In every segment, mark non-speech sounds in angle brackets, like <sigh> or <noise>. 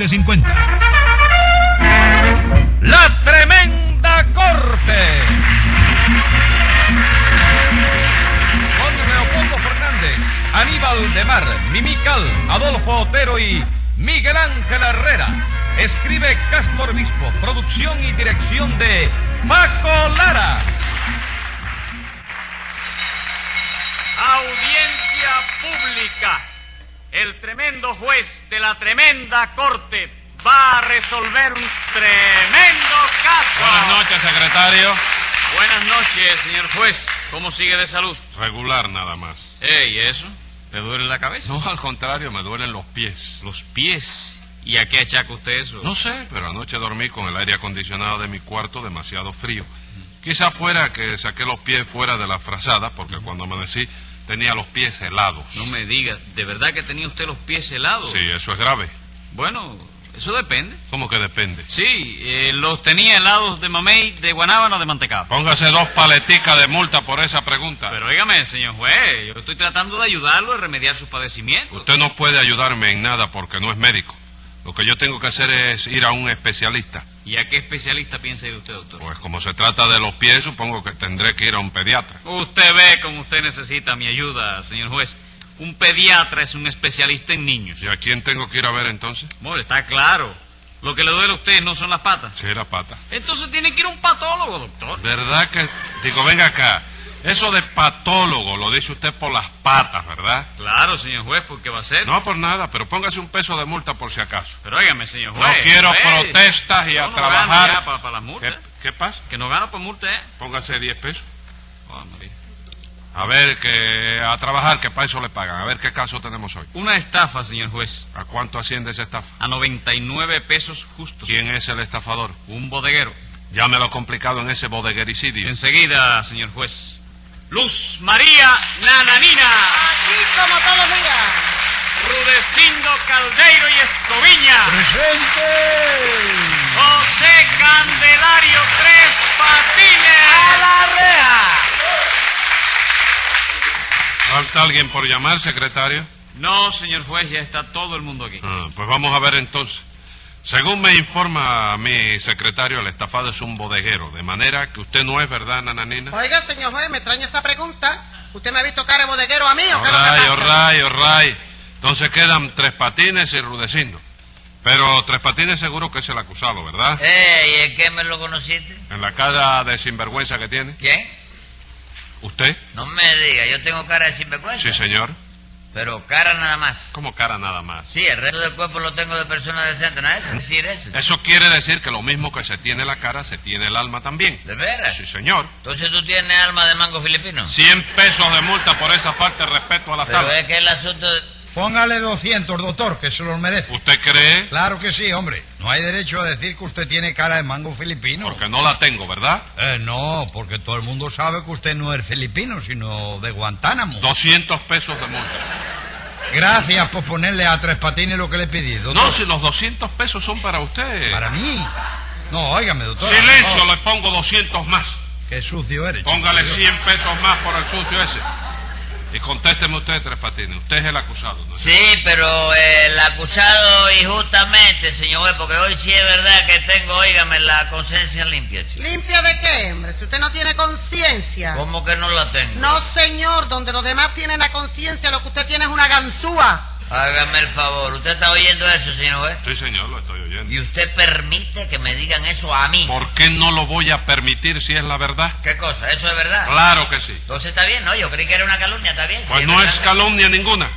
1150. La tremenda corte. Con Leopoldo Fernández, Aníbal de Mar, Mimical, Adolfo Otero y Miguel Ángel Herrera. Escribe Castro Obispo, producción y dirección de Paco Lara. Audiencia pública. El tremendo juez de la tremenda corte va a resolver un tremendo caso. Buenas noches, secretario. Buenas noches, señor juez. ¿Cómo sigue de salud? Regular nada más. Ey, ¿y eso? ¿Le duele la cabeza? No, al contrario, me duelen los pies. Los pies. ¿Y a qué achaca usted eso? No sé, pero anoche dormí con el aire acondicionado de mi cuarto demasiado frío. Quizá fuera que saqué los pies fuera de la frazada, porque cuando amanecí tenía los pies helados. No me diga, ¿de verdad que tenía usted los pies helados? Sí, eso es grave. Bueno, eso depende. ¿Cómo que depende? Sí, eh, los tenía helados de mamey, de guanábana o de mantecado. Póngase dos paleticas de multa por esa pregunta. Pero óigame, señor juez, yo estoy tratando de ayudarlo a remediar sus padecimientos. Usted no puede ayudarme en nada porque no es médico. Lo que yo tengo que hacer es ir a un especialista. ¿Y a qué especialista piensa ir usted, doctor? Pues como se trata de los pies, supongo que tendré que ir a un pediatra. Usted ve como usted necesita mi ayuda, señor juez. Un pediatra es un especialista en niños. ¿Y a quién tengo que ir a ver entonces? Bueno, está claro. Lo que le duele a usted no son las patas. Sí, la pata. Entonces tiene que ir a un patólogo, doctor. ¿Verdad que...? Digo, venga acá. Eso de patólogo lo dice usted por las patas, ¿verdad? Claro, señor juez, porque va a ser. No por nada, pero póngase un peso de multa por si acaso. Pero óigame, señor No juez. quiero juez, protestas y yo a no gano trabajar... Eh. ya pa- pa las multas. ¿Qué, qué pasa? Que no gano por multa, ¿eh? Póngase 10 pesos. Oh, María. A ver, que a trabajar, que para eso le pagan. A ver qué caso tenemos hoy. Una estafa, señor juez, ¿A cuánto asciende esa estafa? a 99 pesos justos. ¿Quién es el estafador? Un bodeguero. Ya me lo he complicado en ese bodeguericidio. Enseguida, señor juez. Luz María Nananina, Aquí como todos los días. Rudecindo Caldeiro y Escoviña, ¡Presente! José Candelario Tres Patines. la rea! ¿Falta alguien por llamar, secretario? No, señor juez, ya está todo el mundo aquí. Ah, pues vamos a ver entonces. Según me informa mi secretario, el estafado es un bodeguero. De manera que usted no es, ¿verdad, Nananina? Oiga, señor juez, me extraña esa pregunta. ¿Usted me ha visto cara de bodeguero a mí o qué es lo que Orray, pasa? orray, orray. Entonces quedan Tres Patines y Rudecindo. Pero Tres Patines seguro que es el acusado, ¿verdad? Ey, Eh, ¿y en qué me lo conociste? En la cara de sinvergüenza que tiene. ¿Quién? ¿Usted? No me diga, yo tengo cara de sinvergüenza. Sí, señor. Pero cara nada más. Como cara nada más. Sí, el resto del cuerpo lo tengo de persona decente, ¿no es eso? decir eso? Eso quiere decir que lo mismo que se tiene la cara, se tiene el alma también. ¿De veras? Sí, señor. Entonces tú tienes alma de mango filipino. 100 pesos de multa por esa falta de respeto a la Pero sala. es que el asunto de... Póngale 200, doctor, que se los eh, merece. ¿Usted cree? Claro que sí, hombre. No hay derecho a decir que usted tiene cara de mango filipino. Porque no la tengo, ¿verdad? Eh, no, porque todo el mundo sabe que usted no es filipino, sino de Guantánamo. 200 pesos de multa. Gracias por ponerle a Tres Patines lo que le he pedido. No, si los 200 pesos son para usted. Para mí. No, óigame, doctor. Silencio, le pongo 200 más. Qué sucio eres. chico. Póngale 100 pesos más por el sucio ese. Y contésteme usted, Tres Patines. Usted es el acusado, ¿no? Sí, pero eh, el acusado injustamente, señor juez, porque hoy sí es verdad que tengo, óigame, la conciencia limpia, chico. ¿Limpia de qué, hombre? Si usted no tiene conciencia. ¿Cómo que no la tengo? No, señor, donde los demás tienen la conciencia, lo que usted tiene es una ganzúa. Hágame el favor, ¿usted está oyendo eso, señor juez? Sí, señor, lo estoy oyendo. ¿Y usted permite que me digan eso a mí? ¿Por qué no lo voy a permitir si es la verdad? ¿Qué cosa? ¿Eso es verdad? Claro que sí. Entonces está bien, ¿no? Yo creí que era una calumnia, está bien. Ah. Pues Sí, no verdad. es calumnia ninguna.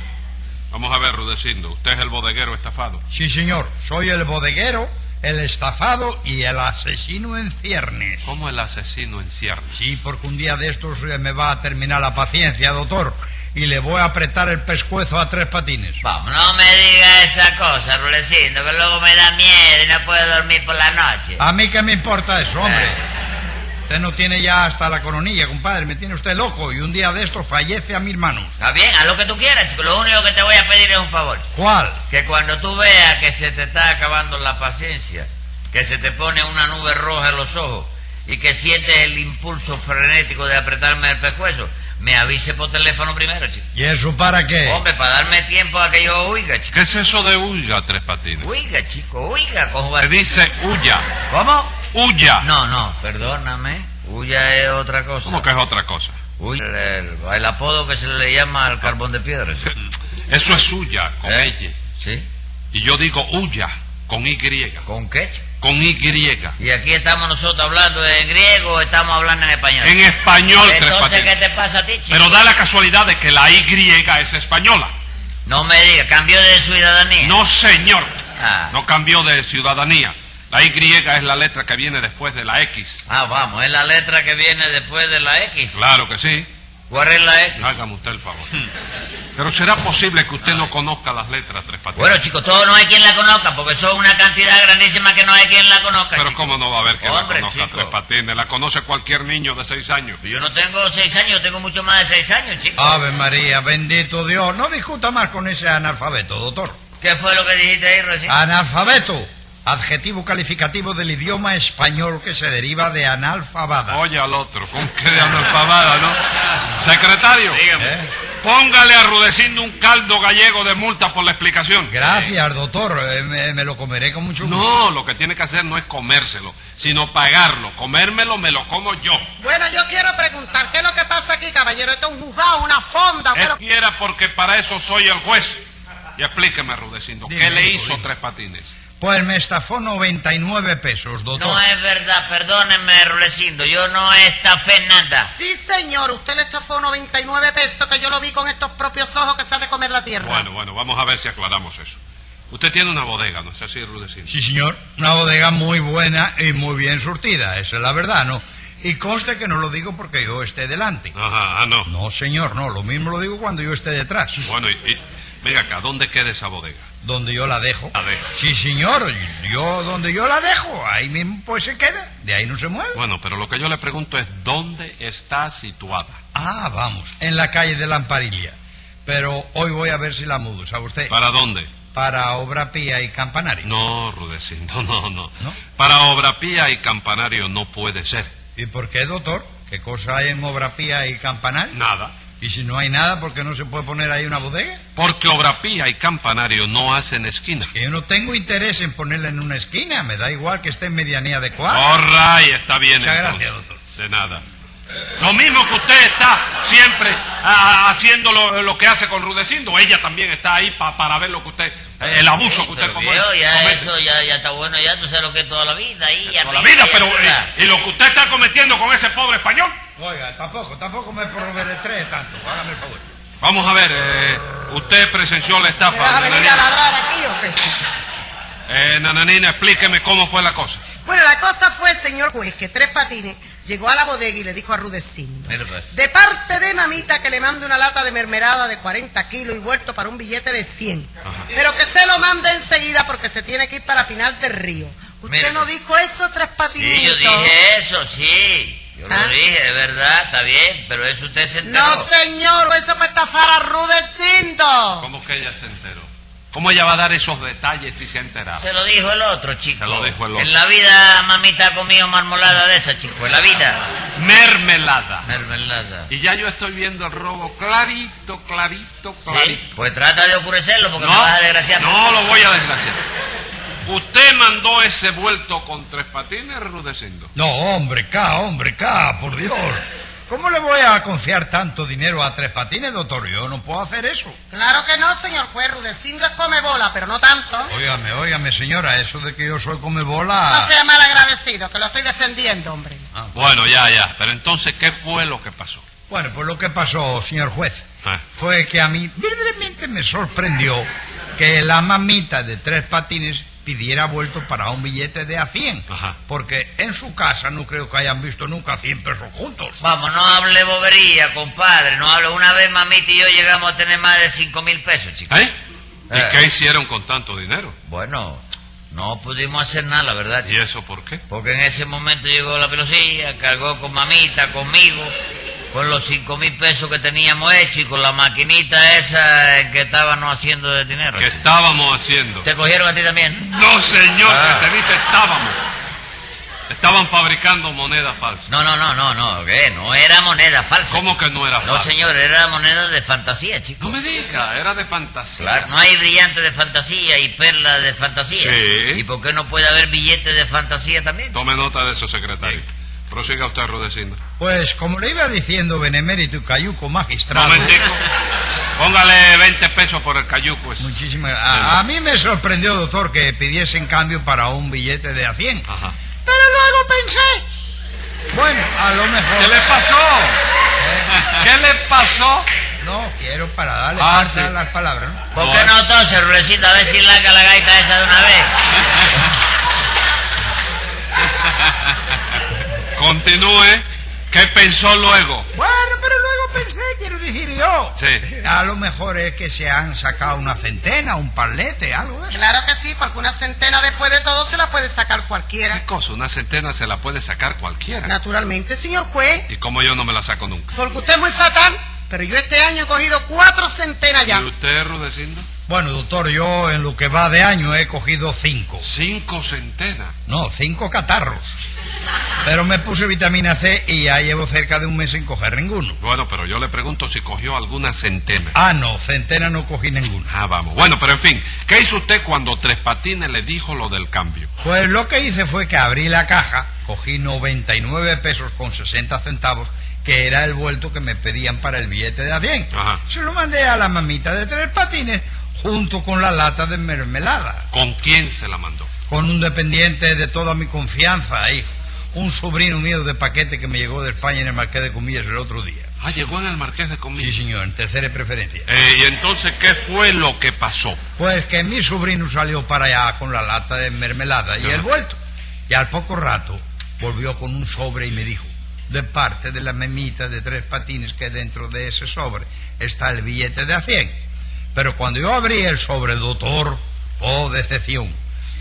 Vamos a ver, Rudecindo. Usted es el bodeguero estafado. Sí, señor. Soy el bodeguero, el estafado y el asesino en ciernes. ¿Cómo el asesino encierra? Sí, porque un día de estos eh, me va a terminar la paciencia, doctor. Y le voy a apretar el pescuezo a Tres Patines. Vamos, no me diga esa cosa, Rulecindo, que luego me da miedo y no puedo dormir por la noche. A mí que me importa eso, hombre. Usted no tiene ya hasta la coronilla, compadre. Me tiene usted loco. Y un día de estos fallece a mis manos. Está bien, haz lo que tú quieras, chico. Lo único que te voy a pedir es un favor. ¿Cuál? Que cuando tú veas que se te está acabando la paciencia, que se te pone una nube roja en los ojos y que sientes el impulso frenético de apretarme el pescuezo, me avise por teléfono primero, chico. ¿Y eso para qué? Hombre, para darme tiempo a que yo huiga, chico. ¿Qué es eso de huya, Tres Patines? Huiga, chico, huiga, con Se jugar- dice huya. ¿Cómo? Huya. No, no, perdóname. Huya es otra cosa. ¿Cómo que es otra cosa? Uy, el, el- el apodo que se le llama al carbón de piedra. Se- Eso es huya, con ¿Eh? ella. Sí. Y yo digo huya, con Y. ¿Con qué? chico? Con Y. Y aquí estamos nosotros hablando en griego o estamos hablando en español. En español, Tres Entonces, ¿qué Patines. te pasa a ti, chico? Pero da la casualidad de que la Y es española. No me digas, cambió de ciudadanía. No, señor. Eh. Ah. No cambió de ciudadanía. La Y es la letra que viene después de la X. Ah, vamos, es la letra que viene después de la X. Claro que sí. ¿Cuál es la X? Hágame usted el favor. Hmm. Pero será posible que usted no conozca las letras, Tres Patines. Bueno, chicos, todo no hay quien la conozca, porque son una cantidad grandísima que no hay quien la conozca. Pero chico. cómo no va a haber que la Hombre, conozca chico. Tres Patines. La conoce cualquier niño de seis años. Yo no tengo seis años, yo tengo mucho más de seis años, chico. Ave María, bendito Dios. No discuta más con ese analfabeto, doctor. ¿Qué fue lo que dijiste ahí recién? Ah, Analfabeto, adjetivo calificativo del idioma español que se deriva de analfabada. Oye al otro, con qué de analfabada, ¿no? Secretario, ¿Eh? póngale a Rudecindo un caldo gallego de multa por la explicación. Gracias, doctor. Eh, me, me lo comeré con mucho gusto. No, lo que tiene que hacer no es comérselo, sino pagarlo. Comérmelo me lo como yo. Bueno, yo quiero preguntar, ¿qué es lo que pasa aquí, caballero? ¿Esto es un juzgado, una fonda? ¿Qué es lo- Quiera porque para eso soy el juez. Y explíqueme, Rudecindo, ¿qué Dime, le hijo, hizo dime. Tres Patines? Pues me estafó 99 pesos, doctor. No eh. es verdad, perdónenme, Rulecindo, yo no estafé nada. Sí, señor, usted le estafó 99 pesos que yo lo vi con estos propios ojos que se ha de comer la tierra. Bueno, bueno, vamos a ver si aclaramos eso. Usted tiene una bodega, ¿no es así, Rudecindo? Sí, señor. Una bodega muy buena y muy bien surtida, esa es la verdad, ¿no? Y conste que no lo digo porque yo esté delante. Ajá, ah, no. No, señor, no. Lo mismo lo digo cuando yo esté detrás. Bueno, y, y- venga acá, ¿dónde queda esa bodega? Donde yo la dejo. La deja. Sí, señor. Yo donde yo la dejo, ahí mismo pues se queda. De ahí no se mueve. Bueno, pero lo que yo le pregunto es, ¿dónde está situada? Ah, vamos. En la calle de Lamparilla. Pero hoy voy a ver si la mudo, ¿sabe usted? ¿Para dónde? Para Obra Pía y Campanario. No, Rudecindo, <laughs> no, no. ¿No? Para obra pía y campanario no puede ser. ¿Y por qué, doctor? ¿Qué cosa hay en Obra Pía y Campanario? Nada. Y si no hay nada, ¿por qué no se puede poner ahí una bodega? Porque obra pía y campanario no hacen esquina. Que yo no tengo interés en ponerla en una esquina. Me da igual que esté en medianía de cuadra. All right, Oh, está bien Ah. Muchas entonces. gracias, doctor. De nada. Lo mismo que usted está siempre ah, haciendo lo, lo que hace con Rudecindo, ella también está ahí pa- para ver lo que usted, eh, el abuso que usted Pero como- viejo, ya comete. eso ya, ya está bueno, ya tú sabes lo que es toda la vida. Ahí, Toda la vida, pero eh, arriba. y lo que usted está cometiendo con ese pobre español. Oiga, tampoco, tampoco me proveeré tanto. Hágame el favor. Vamos a ver, eh, usted presenció la ¿Me vas estafa. a venir a Nananina. ladrar aquí o qué? Eh, Nananina, explíqueme cómo fue la cosa. Bueno, la cosa fue, señor juez, que Tres Patines llegó a la bodega y le dijo a Rudecindo. Mira, pues. De parte de mamita que le mande una lata de mermelada de 40 kilos y vuelto para un billete de 100. Pero que se lo mande enseguida porque se tiene que ir para Pinar del Río. ¿Usted Mire, no pues. dijo eso, Tres Patines? Sí, yo dije eso, sí. Yo Ah. lo dije, es verdad, está bien, pero eso usted se enteró. No, señor, eso fue estafar a Rudecindo. ¿Cómo que ella se enteró? ¿Cómo ella va a dar esos detalles si se ha enterado? Se lo dijo el otro, chico. Se lo dijo el otro. En la vida, mamita ha comido marmolada de esa, chico. En la vida. Mermelada. Mermelada. Y ya yo estoy viendo el robo clarito, clarito, clarito. Sí, pues trata de oscurecerlo porque me No, vas a desgraciar. no lo voy a desgraciar. Usted mandó ese vuelto con tres patines rudeciendo. No, hombre, K, hombre, K, por Dios. ¿Cómo le voy a confiar tanto dinero a Tres Patines, doctor? Yo no puedo hacer eso. Claro que no, señor juez. Rudecindo es come bola, pero no tanto. Óigame, óigame, señora, eso de que yo soy come No Ah. bola... sea mal agradecido, que lo estoy defendiendo, hombre. Ah, Bueno, ya, ya. Pero entonces, ¿qué fue lo que pasó? Bueno, pues lo que pasó, señor juez, Ah. fue que a mí verdaderamente me sorprendió que la mamita de Tres Patines pidiera vuelto para un billete de a 100. Ajá. Porque en su casa no creo que hayan visto nunca 100 pesos juntos. Vamos, no hable bobería, compadre. No hable. Una vez mamita y yo llegamos a tener más de cinco mil pesos, chico. ¿Eh? ¿Y Eh. qué hicieron con tanto dinero? Bueno, no pudimos hacer nada, la verdad, ¿Y chico. eso por qué? Porque en ese momento llegó la pelosilla, cargó con mamita, conmigo, con los cinco mil pesos que teníamos hecho y con la maquinita esa en que estábamos haciendo de dinero. ¿Qué chico. estábamos haciendo? ¿Te cogieron a ti también? No, señor, Ah. que se dice estábamos. Estaban fabricando moneda falsa. No, no, no, no, no, ¿qué? No era moneda falsa. ¿Cómo chico. que no era No, falsa? señor, era moneda de fantasía, chico. No me diga, era de fantasía. Claro, no hay brillantes de fantasía y perlas de fantasía. Sí. ¿Y por qué no puede haber billetes de fantasía también? chico? Tome nota de eso, secretario. Prosiga usted, Rudecindo. Pues como le iba diciendo Benemérito y Cayuco Magistrado... Momentico. Póngale 20 pesos por el cayuco ese. Muchísimas a, a mí me sorprendió, doctor, que pidiesen cambio para un billete de a 100. Ajá. Pero luego pensé... Bueno, a lo ¿Qué le mejor... pasó? ¿Qué le pasó? No, quiero para darle Ah, parte sí. a las palabras, ¿no? ¿Por qué no entonces, Rulecito? A ver si larga la gaita esa de una vez. Continúe. ¿Qué pensó luego? Bueno, pero luego pensé, quiero decir yo. Sí. A lo mejor es que se han sacado una centena, un palete, algo de eso. Claro que sí, porque una centena después de todo se la puede sacar ¿Qué cualquiera. cosa? Una centena se la puede sacar cualquiera. Naturalmente, señor juez, Y como yo no me la saco nunca. porque usted es muy fatal, pero yo este año he cogido cuatro centenas ya. ¿Y usted, Rudecindo? Bueno, doctor, yo en lo que va de año he cogido cinco. Cinco centenas. No, cinco catarros. Pero me puse vitamina C y ya llevo cerca de un mes sin coger ninguno. Bueno, pero yo le pregunto si cogió alguna centena. Ah, no, centena no cogí ninguna. Ah, vamos. Bueno, pero en fin, ¿qué hizo usted cuando Tres Patines le dijo lo del cambio? Pues lo que hice fue que abrí la caja, cogí 99 pesos con 60 centavos, que era el vuelto que me pedían para el billete de a 100. Ajá. Se lo mandé a la mamita de tres patines junto con la lata de mermelada, ¿Con quién se la mandó? con un dependiente de toda mi confianza, hijo. Un sobrino mío de paquete que me llegó de España en el Marqués de Comillas el otro día. Ah, llegó en el Marqués de Sí, Comillas. señor, en tercera preferencia. Eh, ¿Y entonces qué fue lo que pasó? Pues que mi sobrino salió para allá con la lata de mermelada y Ajá. el vuelto. Y al poco rato volvió con un sobre y me dijo, de parte de la memita de tres patines que dentro de ese sobre está el billete de a 100. Pero cuando yo abrí el sobre, doctor, oh decepción,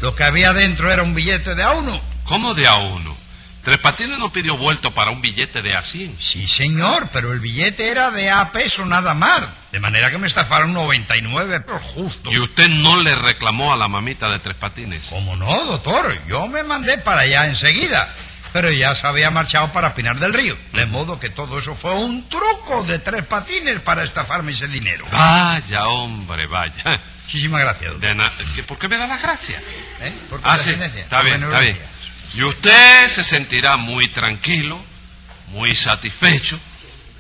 lo que había dentro era un billete de a uno. ¿Cómo de a uno? Tres Patines no pidió vuelto para un billete de a 100. Sí, señor, pero el billete era de a peso nada más. De manera que me estafaron 99, pero justo. ¿Y usted no le reclamó a la mamita de Tres Patines? ¿Cómo no, doctor? Yo me mandé para allá enseguida, pero ya se había marchado para Pinar del Río. De modo que todo eso fue un truco de tres patines para estafarme ese dinero. Ah. Vaya, hombre, vaya. <laughs> Muchísimas gracias, doctor. De na- ¿Qué- ¿Por qué me da las gracias? ¿Eh? Por Ah, sí, condescendencia, está por bien, está bien. benevolencia. Y usted se sentirá muy tranquilo, muy satisfecho,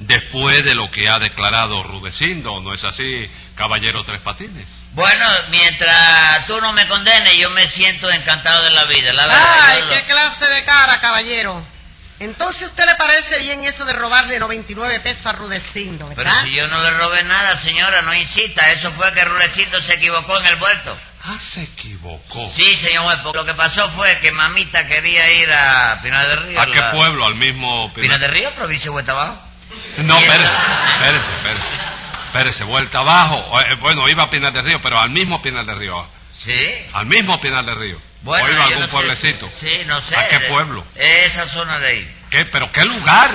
después de lo que ha declarado Rudecindo, ¿no es así, caballero Tres Patines? Bueno, mientras tú no me condenes, yo me siento encantado de la vida, la verdad. Ay, yo lo- qué clase de cara, caballero. Entonces, ¿usted le parece bien eso de robarle 99 pesos a Rudecindo, Pero verdad? si yo no le robé nada, señora, no insista. Eso fue que Rulecito se equivocó en el vuelto. Ah, se equivocó. Sí, señor juez, porque lo que pasó fue que mamita quería ir a Pinar del Río. ¿A qué la- pueblo? ¿Al mismo Pinar Pinar? del Río, provincia de Huerta Abajo. No, Y- espérese, espérese, espérese. Espérese, vuelta abajo. Eh, Bueno, iba a Pinar del Río, pero al mismo Pinar del Río. Sí. Al mismo Pinar del Río. Bueno, o iba a yo algún no sé. pueblecito. Sí, no sé. ¿A qué de- pueblo? Esa zona de ahí. ¿Qué? ¿Pero qué lugar?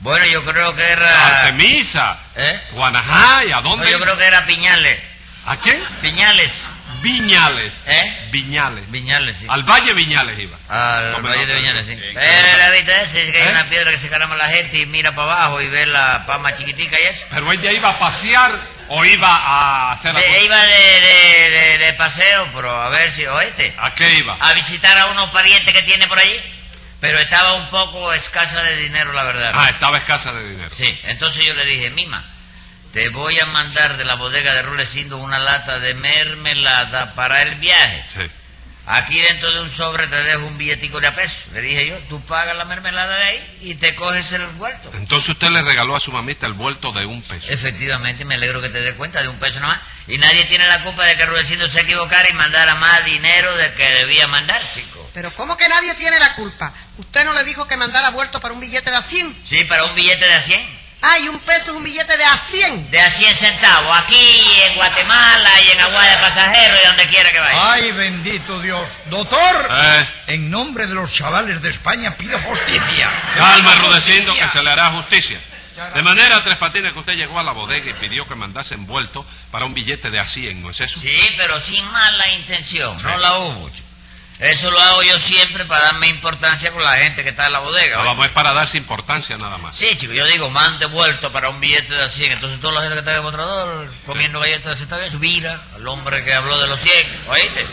Bueno, yo creo que era... Artemisa, ¿Eh? Guanajay, ¿a No, dónde? yo creo que era Piñales. ¿A quién? Piñales. Viñales. ¿Eh? Viñales. Viñales, sí. Al Valle Viñales iba. Al Hombre, Valle no, de pero- Viñales, sí. Bien, Pero la vista esa es que hay ¿Eh? una piedra que se caramba la gente y mira para abajo y ve la palma chiquitica y eso. Pero ella iba a pasear o iba a hacer De- algo. iba de, de- de- de paseo, pero a ver si, oíste, ¿A qué iba? a visitar a unos parientes que tiene por allí, pero estaba un poco escasa de dinero, la verdad. Ah, estaba escasa de dinero. Sí, entonces yo le dije, Mima, te voy a mandar de la bodega de Rulecindo una lata de mermelada para el viaje. Sí. Aquí dentro de un sobre te dejo un billetico de a peso. Le dije yo, tú pagas la mermelada de ahí y te coges el vuelto. Entonces usted le regaló a su mamita el vuelto de un peso. Efectivamente, me alegro que te des cuenta de un peso nomás. Y nadie tiene la culpa de que Rudecindo se equivocara y mandara más dinero del que debía mandar, chico. Pero ¿cómo que nadie tiene la culpa? ¿Usted no le dijo que mandara vuelto para un billete de a 100? Sí, para un billete de a 100. Ay, un peso es un billete de a 100. De a 100 centavos, aquí en Guatemala y en Aguada de Pasajeros y donde quiera que vaya. Ay, bendito Dios. Doctor, Eh. en nombre de los chavales de España pido justicia. Calma, Rudecindo, que se le hará justicia. De manera, Tres Patines, que usted llegó a la bodega y pidió que mandasen vuelto para un billete de a 100, ¿no es eso? Sí, pero sin mala intención, no la hubo. chico. Eso lo hago yo siempre para darme importancia con la gente que está en la bodega. No, ¿ves? vamos, es para darse importancia nada más. Sí, chico, yo digo, mante vuelto para un billete de 100. Entonces toda la gente que está en el mostrador comiendo galletas de 70 pesos, mira al hombre que habló de los 100, ¿oíste?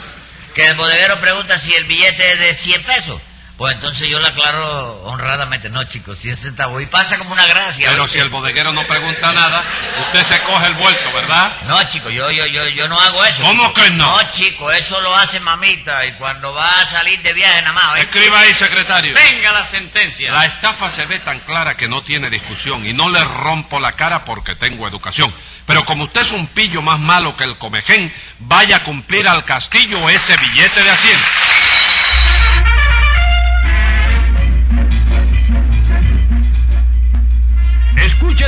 Que el bodeguero pregunta si el billete es de 100 pesos. Pues entonces yo le aclaro honradamente, no, chicos, 100 centavos. Y pasa como una gracia. Pero ¿oíste? si el bodeguero no pregunta nada, usted se coge el vuelto, ¿verdad? No, chico, yo, yo, yo, yo no hago eso. ¿Cómo que no? No, chico, eso lo hace mamita y cuando va a salir de viaje nada más, ¿oíste? Escriba ahí, secretario. Venga la sentencia. La estafa se ve tan clara que no tiene discusión y no le rompo la cara porque tengo educación. Pero como usted es un pillo más malo que el comején, vaya a cumplir al castillo ese billete de asiento. Escucha